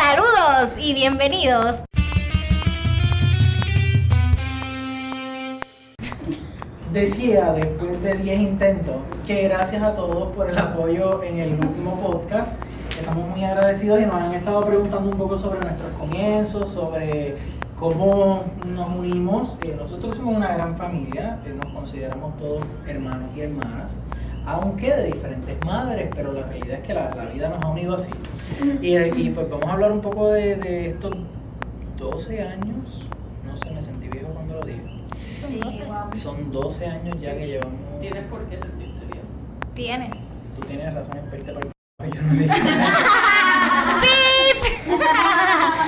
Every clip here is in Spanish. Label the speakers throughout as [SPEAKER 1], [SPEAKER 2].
[SPEAKER 1] todos y bienvenidos.
[SPEAKER 2] Decía después de 10 intentos que gracias a todos por el apoyo en el último podcast. Estamos muy agradecidos y nos han estado preguntando un poco sobre nuestros comienzos, sobre cómo nos unimos. Eh, nosotros somos una gran familia, eh, nos consideramos todos hermanos y hermanas, aunque de diferentes madres, pero la realidad es que la, la vida nos ha unido así. Y, y, pues vamos a hablar un poco de, de estos 12 años, no sé, me sentí viejo cuando lo dije.
[SPEAKER 1] Sí, wow.
[SPEAKER 2] Son 12 años ya
[SPEAKER 3] Sí.
[SPEAKER 2] que llevamos.
[SPEAKER 3] Tienes por qué sentirte bien.
[SPEAKER 1] Tienes.
[SPEAKER 2] Tú tienes razón, experta, pero yo no le dije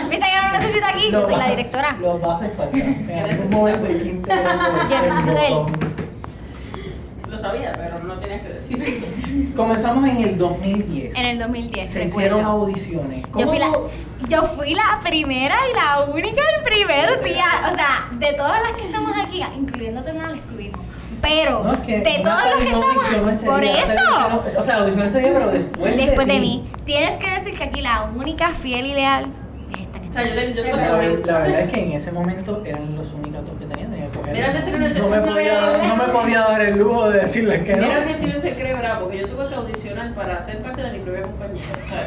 [SPEAKER 1] Viste que ahora no necesito aquí, yo soy la directora.
[SPEAKER 2] Los va a hacer falta. En algún
[SPEAKER 3] necesito.
[SPEAKER 2] momento el quinto.
[SPEAKER 1] Yo necesito él.
[SPEAKER 3] Lo sabía, pero no tenías que decir.
[SPEAKER 2] Comenzamos en el 2010.
[SPEAKER 1] En el 2010,
[SPEAKER 2] Se
[SPEAKER 1] recuerdo.
[SPEAKER 2] hicieron audiciones.
[SPEAKER 1] Yo fui, la,
[SPEAKER 2] ¿Cómo-
[SPEAKER 1] yo fui la primera y la única el primer día. O sea, de todas las que estamos aquí, incluyéndote, no la excluimos. Pero,
[SPEAKER 2] No, es que
[SPEAKER 1] de todos los
[SPEAKER 2] Natalie
[SPEAKER 1] que
[SPEAKER 2] no
[SPEAKER 1] estamos.
[SPEAKER 2] audicionó ese
[SPEAKER 1] por
[SPEAKER 2] día,
[SPEAKER 1] eso.
[SPEAKER 2] Natalie audicionó- o sea, audicionó ese día, pero después,
[SPEAKER 1] Después de
[SPEAKER 2] ti.
[SPEAKER 1] mí. Tienes que decir que aquí la única fiel y leal es esta que
[SPEAKER 3] O
[SPEAKER 1] está.
[SPEAKER 3] sea, yo le yo te
[SPEAKER 2] La, ver- la verdad
[SPEAKER 3] lo
[SPEAKER 2] es que en ese momento eran los únicos dos que tenían. tenía que coger.
[SPEAKER 3] Mira, se te- se te-
[SPEAKER 2] no, me podía, dar- no me podía dar el lujo de decirles que no.
[SPEAKER 3] Mira si Steven se cree bravo, que yo tuve que audicionar para ser parte de mi propia compañía. O sea,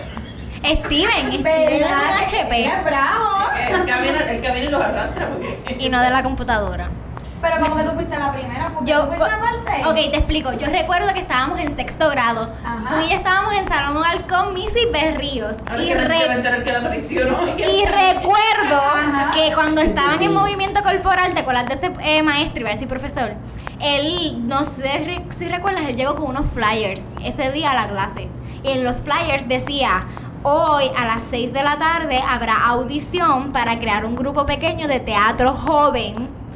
[SPEAKER 1] Steven, Steven
[SPEAKER 4] ¿Verdad?
[SPEAKER 1] HP. bravo!
[SPEAKER 3] Él camina, él camina y los arrastra porque.
[SPEAKER 1] Y no de la computadora.
[SPEAKER 4] Pero como que tú fuiste la primera, porque
[SPEAKER 1] Yo,
[SPEAKER 4] tú fuiste parte.
[SPEAKER 1] ok, te explico. Yo recuerdo que estábamos en sexto grado.
[SPEAKER 4] Ajá.
[SPEAKER 1] Tú y yo estábamos en Salón Oval con Missy Berríos.
[SPEAKER 3] Ahora
[SPEAKER 1] Y
[SPEAKER 3] que Nancy se va a
[SPEAKER 1] re-
[SPEAKER 3] enterar que la traicionó.
[SPEAKER 1] Y recuerdo
[SPEAKER 4] Ajá.
[SPEAKER 1] que cuando estaban en movimiento corporal, te acuerdas de ese eh, maestro, iba a decir profesor, él, no sé re- si recuerdas, él llegó con unos flyers ese día a la clase. Y en los flyers decía, hoy a las 6 de la tarde habrá audición para crear un grupo pequeño de teatro joven.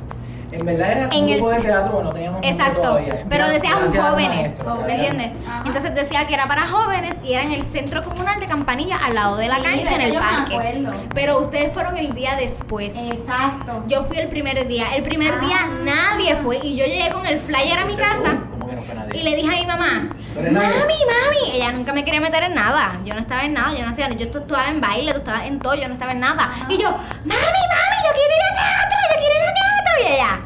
[SPEAKER 2] En verdad era
[SPEAKER 1] En
[SPEAKER 2] un grupo
[SPEAKER 1] el-
[SPEAKER 2] de teatro, bueno, teníamos grupo
[SPEAKER 1] Exacto,
[SPEAKER 2] todavía.
[SPEAKER 1] pero
[SPEAKER 2] Gracias-
[SPEAKER 1] decían
[SPEAKER 2] gracias al
[SPEAKER 1] jóvenes,
[SPEAKER 2] maestro,
[SPEAKER 1] ¿me
[SPEAKER 2] gracias.
[SPEAKER 1] entiendes?
[SPEAKER 4] Ajá.
[SPEAKER 1] Entonces decía que era para jóvenes y era en el centro comunal de Campanilla, al lado de la
[SPEAKER 4] Sí,
[SPEAKER 1] cancha,
[SPEAKER 4] de
[SPEAKER 1] en
[SPEAKER 4] eso
[SPEAKER 1] el
[SPEAKER 4] yo me
[SPEAKER 1] parque.
[SPEAKER 4] acuerdo.
[SPEAKER 1] Pero ustedes fueron el día después.
[SPEAKER 4] Exacto.
[SPEAKER 1] Yo fui el primer día. El primer día
[SPEAKER 4] Ah.
[SPEAKER 1] nadie fue y yo llegué con el flyer a mi casa
[SPEAKER 2] ¿Cómo que no fue nadie?
[SPEAKER 1] y le dije a mi mamá,
[SPEAKER 2] Pero
[SPEAKER 1] mami,
[SPEAKER 2] era-
[SPEAKER 1] mami. Ella nunca me quería meter en nada. Yo no estaba en nada, yo no hacía, yo tú estabas en baile, tú estabas en todo, yo no estaba en nada. Y yo, mami, mami, yo quiero ir a teatro, yo quiero ir a teatro. Y ella,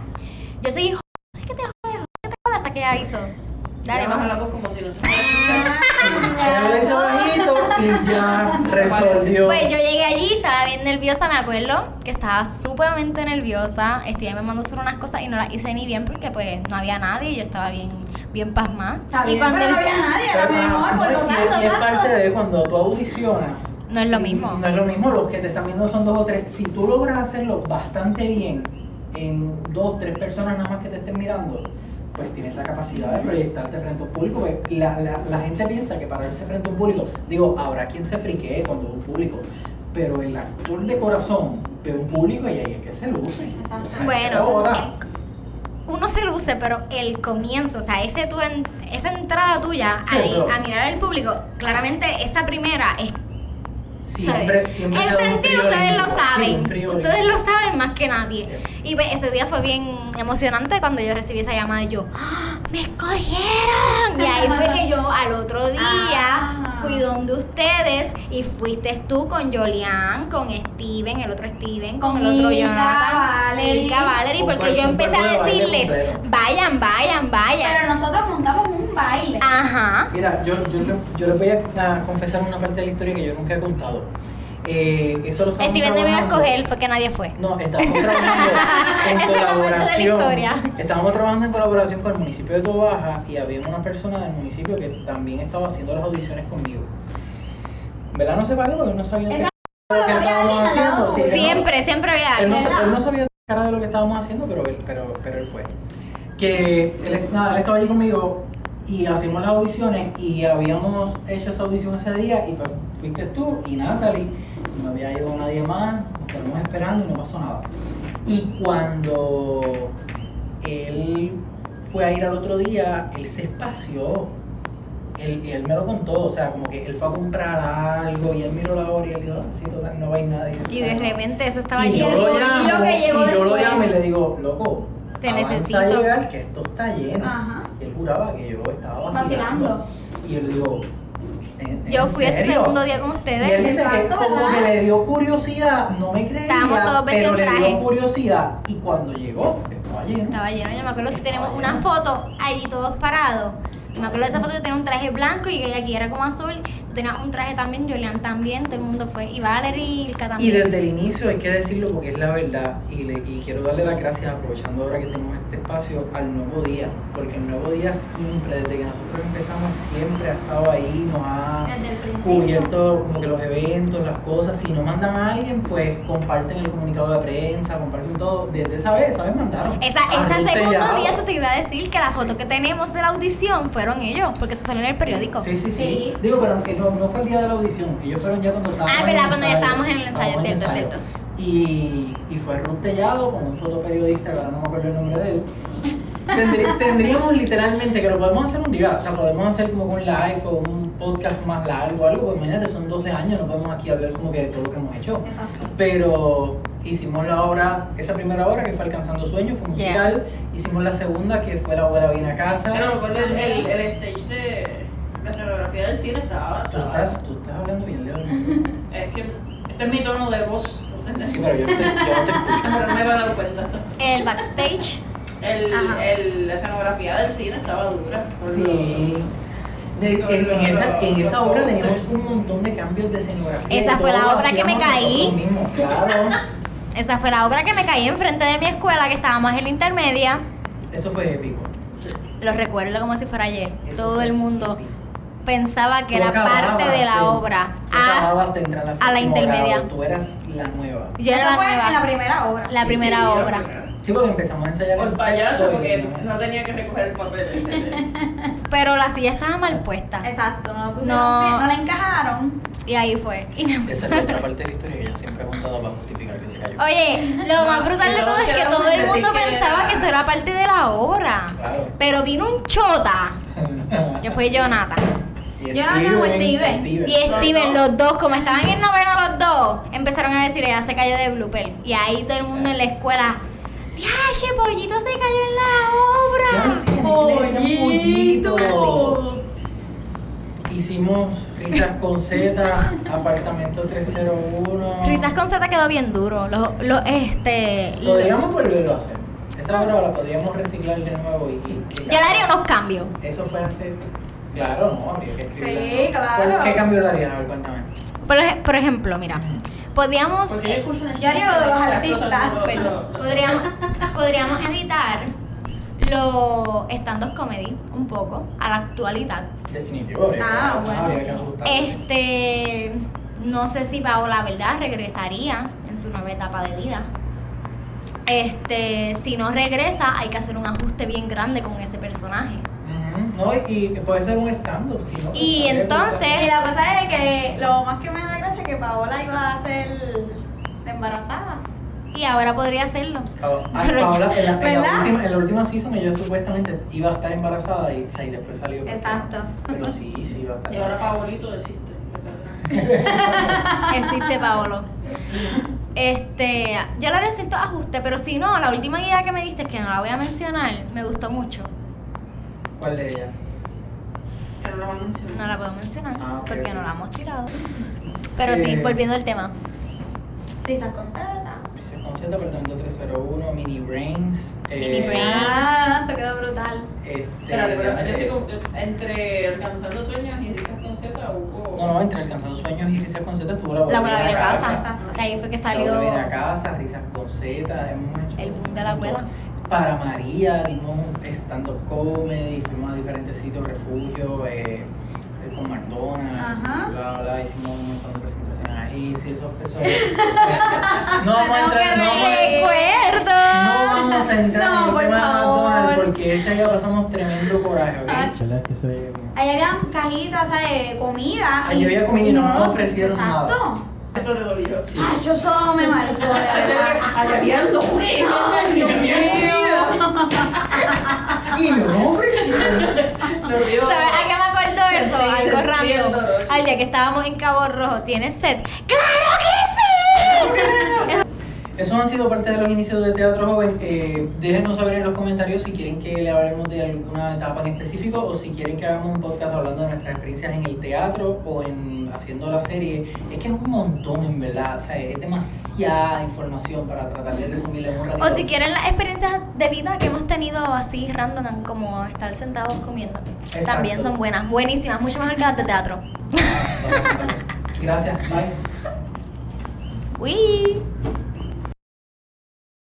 [SPEAKER 1] yo seguí, "Joder, que te jodas, joder, que te jodas", hasta que ella avisó. Dale,
[SPEAKER 3] Dale, baja
[SPEAKER 1] vamos.
[SPEAKER 3] la voz como si no se fuera
[SPEAKER 1] Ah.
[SPEAKER 3] a
[SPEAKER 2] Ella lo hizo bajito y ya resolvió.
[SPEAKER 1] Pues yo llegué allí, estaba bien nerviosa, me acuerdo que estaba sumamente nerviosa. Estuve me mandó a hacer unas cosas y no las hice ni bien porque pues no había nadie y yo estaba bien, bien pasmada.
[SPEAKER 4] Está
[SPEAKER 1] y
[SPEAKER 4] bien,
[SPEAKER 1] cuando
[SPEAKER 4] pero no
[SPEAKER 1] el-
[SPEAKER 4] había nadie, a
[SPEAKER 2] Pero, pues,
[SPEAKER 4] lo mejor, por lo
[SPEAKER 2] y- y, es parte
[SPEAKER 4] tanto.
[SPEAKER 2] de cuando tú audicionas.
[SPEAKER 1] No es lo mismo.
[SPEAKER 2] No es lo mismo, los que te están viendo son dos o tres. Si tú logras hacerlo bastante bien en dos, tres personas nada más que te estén mirando, pues tienes la capacidad de proyectarte frente a un público. Pues la, la- la gente piensa que pararse frente a un público, digo, habrá quien se friquee cuando ve un público, pero el actor de corazón ve un público y ahí es que se luce.
[SPEAKER 4] Exacto.
[SPEAKER 2] O sea,
[SPEAKER 1] Bueno,
[SPEAKER 2] ahora,
[SPEAKER 1] uno se luce, pero el comienzo, o sea, ese tu en- esa entrada tuya
[SPEAKER 2] Sí,
[SPEAKER 1] al-
[SPEAKER 2] pero-
[SPEAKER 1] a mirar al público, claramente esa primera es
[SPEAKER 2] siempre,
[SPEAKER 1] ¿sabes?
[SPEAKER 2] siempre
[SPEAKER 1] eh, El
[SPEAKER 2] te da un
[SPEAKER 1] sentir
[SPEAKER 2] frío
[SPEAKER 1] ustedes lo
[SPEAKER 2] lindo, sí,
[SPEAKER 1] saben,
[SPEAKER 2] un frío
[SPEAKER 1] ustedes
[SPEAKER 2] lindo.
[SPEAKER 1] lo saben más que nadie. Y pues, ese día fue bien emocionante cuando yo recibí esa llamada y yo, ¡Ah! ¡me escogieron! Y ahí fue que yo al otro día
[SPEAKER 4] Ah.
[SPEAKER 1] fui donde ustedes y fuiste tú con Jolian, con Steven, el otro Steven, con,
[SPEAKER 4] Con
[SPEAKER 1] el otro
[SPEAKER 4] Ilka,
[SPEAKER 1] Jonathan,
[SPEAKER 4] Valerie.
[SPEAKER 1] Ilka, Valerie,
[SPEAKER 2] Un
[SPEAKER 1] porque
[SPEAKER 2] cuerpo-
[SPEAKER 1] yo
[SPEAKER 2] un
[SPEAKER 1] empecé
[SPEAKER 2] cuerpo de
[SPEAKER 1] a
[SPEAKER 2] baile
[SPEAKER 1] decirles,
[SPEAKER 2] completo.
[SPEAKER 1] vayan, vayan, vayan.
[SPEAKER 4] Pero nosotros montamos un baile.
[SPEAKER 1] Ajá.
[SPEAKER 2] Mira, yo, yo, le- yo les voy a, a confesar una parte de la historia que yo nunca he contado. Eh, eso lo estamos
[SPEAKER 1] Steven no me iba a
[SPEAKER 2] trabajando-
[SPEAKER 1] escoger, fue que nadie fue.
[SPEAKER 2] No, estábamos trabajando en
[SPEAKER 1] Ese es el momento de la
[SPEAKER 2] colaboración.
[SPEAKER 1] historia.
[SPEAKER 2] Estábamos trabajando en colaboración con el municipio de Tobaja y había una persona del municipio que también estaba haciendo las audiciones conmigo. ¿Verdad? No se pagó porque no sabía
[SPEAKER 4] Exacto,
[SPEAKER 2] qué- lo que
[SPEAKER 4] lo había
[SPEAKER 2] estábamos haciendo.
[SPEAKER 4] regalado.
[SPEAKER 2] Sí, él no-
[SPEAKER 1] Siempre, siempre había
[SPEAKER 2] él no,
[SPEAKER 1] alguien.
[SPEAKER 2] sa- él no sabía cara de lo que estábamos haciendo, pero él, pero, pero él fue. Que él, nada, él estaba allí conmigo y hacíamos las audiciones y habíamos hecho esa audición ese día y pues fuiste tú y Natalie, no había ido nadie más, nos quedamos esperando y no pasó nada. Y cuando él fue a ir al otro día, él se espació. Él, y él me lo contó, o sea, como que él fue a comprar algo y él miró la hora y él dijo, "Ah, sí, total, no va a ir nadie.
[SPEAKER 1] Y de repente eso estaba
[SPEAKER 2] Y
[SPEAKER 1] allí.
[SPEAKER 2] yo
[SPEAKER 4] el
[SPEAKER 2] lo
[SPEAKER 4] bolsillo
[SPEAKER 2] llamo,
[SPEAKER 4] que
[SPEAKER 2] y
[SPEAKER 4] llegó
[SPEAKER 2] yo lo
[SPEAKER 4] después.
[SPEAKER 2] llamo y le digo, loco,
[SPEAKER 1] Te
[SPEAKER 2] avanza
[SPEAKER 1] necesito. Ah.
[SPEAKER 2] a llegar que esto está lleno.
[SPEAKER 4] Ajá.
[SPEAKER 2] Y él juraba que yo estaba vacilando.
[SPEAKER 4] Vacilando.
[SPEAKER 2] Y yo le digo, ¿En- en
[SPEAKER 1] Yo fui ese
[SPEAKER 2] serio?
[SPEAKER 1] segundo día con
[SPEAKER 2] Y él
[SPEAKER 1] ustedes.
[SPEAKER 2] dice que
[SPEAKER 4] Exacto,
[SPEAKER 2] como
[SPEAKER 4] ¿verdad?
[SPEAKER 2] que le dio curiosidad, no me creía,
[SPEAKER 1] Estábamos todos
[SPEAKER 2] pero
[SPEAKER 1] vestidos
[SPEAKER 2] le
[SPEAKER 1] en
[SPEAKER 2] dio
[SPEAKER 1] traje.
[SPEAKER 2] curiosidad y cuando llegó estaba lleno.
[SPEAKER 1] Estaba lleno, yo me acuerdo si tenemos una foto allí todos parados. Me acuerdo de esa foto, yo tenía un traje blanco y ella aquí era como azul. Yo tenía un traje también, Julian también, todo el mundo fue. Y Valerie y Ilka
[SPEAKER 2] Y
[SPEAKER 1] también.
[SPEAKER 2] desde el inicio hay que decirlo porque es la verdad y, le- y quiero darle las gracias aprovechando ahora que tenemos este espacio al nuevo día, porque el nuevo día siempre, desde que nosotros empezamos, siempre ha estado ahí, nos ha
[SPEAKER 4] Desde el principio.
[SPEAKER 2] cubierto como que los eventos, las cosas. Si no mandan a alguien, pues comparten el comunicado de prensa, comparten todo. Desde esa vez, ¿sabes? Mandaron.
[SPEAKER 1] Esa, ese
[SPEAKER 2] Arroz
[SPEAKER 1] segundo
[SPEAKER 2] tellado.
[SPEAKER 1] día se te iba a decir que la foto que tenemos de la audición fueron ellos, porque eso salió en el periódico.
[SPEAKER 2] Sí, sí, sí,
[SPEAKER 4] Sí.
[SPEAKER 2] Digo, pero aunque no, no fue el día de la audición. Ellos fueron ya cuando estábamos.
[SPEAKER 1] Ah,
[SPEAKER 2] en
[SPEAKER 1] verdad,
[SPEAKER 2] el
[SPEAKER 1] cuando ya
[SPEAKER 2] ensayo.
[SPEAKER 1] estábamos en el ensayo,
[SPEAKER 2] Estábamos en
[SPEAKER 1] cierto,
[SPEAKER 2] ensayo.
[SPEAKER 1] cierto.
[SPEAKER 2] Y, y fue Ruth Tellado con un fotoperiodista, que ahora no me acuerdo el nombre de él. Tendrí- tendríamos literalmente que lo podemos hacer un día, o sea, podemos hacer como con live o un podcast más largo, algo, pues imagínate, son 12 años, no podemos aquí hablar como que de todo lo que hemos hecho.
[SPEAKER 4] Exacto.
[SPEAKER 2] Pero hicimos la obra, esa primera obra que fue Alcanzando Sueños, fue
[SPEAKER 1] Yeah.
[SPEAKER 2] musical, hicimos la segunda que fue La abuela viene a casa.
[SPEAKER 3] Pero me acuerdo el, el, el stage de la escenografía del cine estaba.
[SPEAKER 2] Tú
[SPEAKER 3] estaba-
[SPEAKER 2] estás, tú estás hablando bien, Leo.
[SPEAKER 3] Es que este es mi tono de voz. No sé
[SPEAKER 2] Sí,
[SPEAKER 3] necesito.
[SPEAKER 2] pero yo, no te- yo no te escucho.
[SPEAKER 3] Pero no me va a dar cuenta.
[SPEAKER 1] El backstage.
[SPEAKER 3] El,
[SPEAKER 1] Ajá.
[SPEAKER 3] el, la escenografía del cine estaba dura. por lo-
[SPEAKER 2] Sí. De-
[SPEAKER 3] Los-
[SPEAKER 2] en, en
[SPEAKER 3] los-
[SPEAKER 2] esa, en
[SPEAKER 3] los
[SPEAKER 2] esa obra
[SPEAKER 3] posters.
[SPEAKER 2] teníamos un montón de cambios de escenografía.
[SPEAKER 1] Esa
[SPEAKER 2] y
[SPEAKER 1] fue la
[SPEAKER 2] todo lo
[SPEAKER 1] obra que me
[SPEAKER 2] hacíamos
[SPEAKER 1] caí.
[SPEAKER 2] nosotros mismos, claro.
[SPEAKER 1] Esa fue la obra que me caí enfrente de mi escuela, que estábamos en la intermedia.
[SPEAKER 2] Eso fue épico.
[SPEAKER 1] Lo recuerdo como si fuera ayer.
[SPEAKER 2] Eso
[SPEAKER 1] Todo
[SPEAKER 2] fue
[SPEAKER 1] el mundo
[SPEAKER 2] épico.
[SPEAKER 1] pensaba que
[SPEAKER 2] Tú
[SPEAKER 1] era
[SPEAKER 2] acababas
[SPEAKER 1] parte de la
[SPEAKER 2] de-
[SPEAKER 1] obra.
[SPEAKER 2] Tú
[SPEAKER 1] Ah,
[SPEAKER 2] acababas de entrar
[SPEAKER 1] a la
[SPEAKER 2] séptimo
[SPEAKER 1] intermedia.
[SPEAKER 2] grado, Tú eras la nueva.
[SPEAKER 1] yo era
[SPEAKER 4] Eso
[SPEAKER 1] la
[SPEAKER 4] fue en la
[SPEAKER 1] nueva.
[SPEAKER 4] primera obra.
[SPEAKER 1] La
[SPEAKER 2] Sí,
[SPEAKER 1] primera
[SPEAKER 3] Sí,
[SPEAKER 1] obra.
[SPEAKER 3] la primera.
[SPEAKER 2] Sí, porque empezamos a ensayar
[SPEAKER 3] Por
[SPEAKER 2] el
[SPEAKER 3] payaso,
[SPEAKER 2] sexto y-
[SPEAKER 3] porque no tenía que recoger el papel ese. de-
[SPEAKER 1] Pero la silla estaba mal puesta.
[SPEAKER 4] Exacto, no la pusieron
[SPEAKER 1] No.
[SPEAKER 4] bien, no la encajaron.
[SPEAKER 1] Y ahí fue. Y me-
[SPEAKER 2] Esa es la otra parte de la historia que ella siempre ha contado para justificar que se cayó.
[SPEAKER 1] Oye, lo
[SPEAKER 3] No,
[SPEAKER 1] más brutal de
[SPEAKER 3] no,
[SPEAKER 1] todo es que
[SPEAKER 3] queremos
[SPEAKER 1] todo el
[SPEAKER 3] decir
[SPEAKER 1] mundo
[SPEAKER 3] que
[SPEAKER 1] pensaba
[SPEAKER 3] era-
[SPEAKER 1] que eso era parte de la obra.
[SPEAKER 2] Claro.
[SPEAKER 1] Pero vino un chota, que fue Jonathan.
[SPEAKER 2] Y el
[SPEAKER 4] Yo no hablo con
[SPEAKER 2] Steven,
[SPEAKER 4] Steven.
[SPEAKER 2] el
[SPEAKER 1] Y
[SPEAKER 2] Steven.
[SPEAKER 1] Steven, los dos, como estaban en novena los dos, empezaron a decir, ella se cayó de blooper. Y ahí todo el mundo en la escuela, ¡Diache, pollito se cayó en la
[SPEAKER 2] Claro,
[SPEAKER 1] obra!
[SPEAKER 2] sí, a mí se me decían pollito. Hicimos risas con Z, apartamento 301.
[SPEAKER 1] Risas con Z quedó bien duro. Los, los, este, los-
[SPEAKER 2] Podríamos volverlo a hacer. Esa obra la podríamos reciclar de nuevo y. y- y-
[SPEAKER 1] yo le haría unos cambios.
[SPEAKER 2] Eso fue hace. Claro, no, habría que escribirla.
[SPEAKER 4] Sí, claro.
[SPEAKER 2] ¿Cuál- ¿Qué cambio le harías? A ver, cuéntame. Mm,
[SPEAKER 1] Por, ej- por ejemplo, mira, podíamos...
[SPEAKER 3] Porque yo escucho una
[SPEAKER 4] Yo haría lo de los artistas,
[SPEAKER 1] Perdón, podríamos, podríamos editar los stand-up comedy un poco a la actualidad.
[SPEAKER 2] Definitivo. habría que-
[SPEAKER 4] Ah, bueno,
[SPEAKER 2] habría que
[SPEAKER 4] sí.
[SPEAKER 2] ajustarlo.
[SPEAKER 1] Este, no sé si Paola, ¿verdad? Regresaría en su nueva etapa de vida. Este, si no regresa, hay que hacer un ajuste bien grande con ese personaje.
[SPEAKER 2] Ujú, No, y, y puede ser un stand-up, si no. pues,
[SPEAKER 1] Y
[SPEAKER 2] habría que
[SPEAKER 1] entonces-
[SPEAKER 4] Y la cosa es que lo más que me da gracia es que Paola iba a ser la embarazada.
[SPEAKER 1] Y ahora podría hacerlo.
[SPEAKER 2] Paola, ah,
[SPEAKER 1] Pero-
[SPEAKER 2] Paola, en, la, en, la
[SPEAKER 4] ¿Verdad?
[SPEAKER 2] última, en la última season ella supuestamente iba a estar embarazada y, o sea, y después salió. que-
[SPEAKER 4] Exacto.
[SPEAKER 2] Pero sí, sí iba a estar.
[SPEAKER 3] Y ahora favorito deciste.
[SPEAKER 1] Existe Paolo. Este, yo le haré ciertos ajustes, pero si no, la última idea que me diste, que no la voy a mencionar, me gustó mucho.
[SPEAKER 2] ¿Cuál de ella?
[SPEAKER 3] Que no lo van a mencionar.
[SPEAKER 1] No la puedo mencionar
[SPEAKER 2] Ah, ok,
[SPEAKER 1] porque
[SPEAKER 2] ok.
[SPEAKER 1] no la hemos tirado. Pero sí,
[SPEAKER 2] Eh.
[SPEAKER 1] volviendo al tema.
[SPEAKER 4] Risas con Z.
[SPEAKER 2] Dice Concierto Apartamento 301, Mini Brains. eh,
[SPEAKER 1] Mini Brains.
[SPEAKER 4] Ah, se quedó brutal.
[SPEAKER 2] Este,
[SPEAKER 3] Espérate, pero yo estoy como que entre alcanzando sueños y risas con Z hubo.
[SPEAKER 2] No, no, entre Alcanzando Sueños y Risas con Z estuvo la
[SPEAKER 1] La
[SPEAKER 2] Abuela
[SPEAKER 1] abuela
[SPEAKER 2] Viene
[SPEAKER 1] viene
[SPEAKER 2] a
[SPEAKER 1] a
[SPEAKER 4] casa.
[SPEAKER 1] casa. que Ahí fue que
[SPEAKER 2] La
[SPEAKER 1] salió.
[SPEAKER 2] Abuela Viene a Casa, Risas con Z, hemos hecho.
[SPEAKER 1] El boom de
[SPEAKER 2] un
[SPEAKER 1] la abuela.
[SPEAKER 2] montón. Para María, dimos stand-up comedy, fuimos a diferentes sitios, refugio, eh, eh, con McDonald's,
[SPEAKER 4] Ajá.
[SPEAKER 2] bla, bla, bla, hicimos un montón de presentaciones ahí, sí, eso, eso. eso- no vamos a entrar, no vamos a-
[SPEAKER 1] ¡Recuerdo!
[SPEAKER 2] No vamos a entrar
[SPEAKER 4] No,
[SPEAKER 2] en el
[SPEAKER 4] por
[SPEAKER 2] tema de
[SPEAKER 4] favor. Ah,
[SPEAKER 2] McDonald's porque ese ya pasamos tremendo coraje, ¿ok?
[SPEAKER 4] Ay.
[SPEAKER 2] La verdad es que soy-
[SPEAKER 4] Ahí habían cajitas, o sea, de comida.
[SPEAKER 2] Ahí había comida y no nos ofrecieron nada.
[SPEAKER 4] Exacto.
[SPEAKER 3] Eso le dolió.
[SPEAKER 2] Sí.
[SPEAKER 4] Ay, yo solo me marcó. de verdad.
[SPEAKER 3] Allá habían los
[SPEAKER 2] Y no ofrecieron.
[SPEAKER 1] ¿Sabes a qué me acuerdo de eso?
[SPEAKER 3] Sentí-
[SPEAKER 1] Algo
[SPEAKER 3] sentí el
[SPEAKER 1] random.
[SPEAKER 3] dolor.
[SPEAKER 1] Al día que estábamos en Cabo Rojo, ¿tienes sed? ¡Claro que sí!
[SPEAKER 2] Esos han sido parte de los inicios de Teatro Joven. Eh, déjenos saber en los comentarios si quieren que le hablemos de alguna etapa en específico o si quieren que hagamos un podcast hablando de nuestras experiencias en el teatro o en haciendo la serie. Es que es un montón, en verdad. O sea, es demasiada información para tratar de resumirla en un ratito.
[SPEAKER 1] O si quieren las experiencias de vida que hemos tenido así random, como estar sentados comiendo.
[SPEAKER 2] Exacto. Ah,
[SPEAKER 1] También son buenas, buenísimas, mucho mejor que las de teatro.
[SPEAKER 2] Gracias, bye.
[SPEAKER 1] Uy.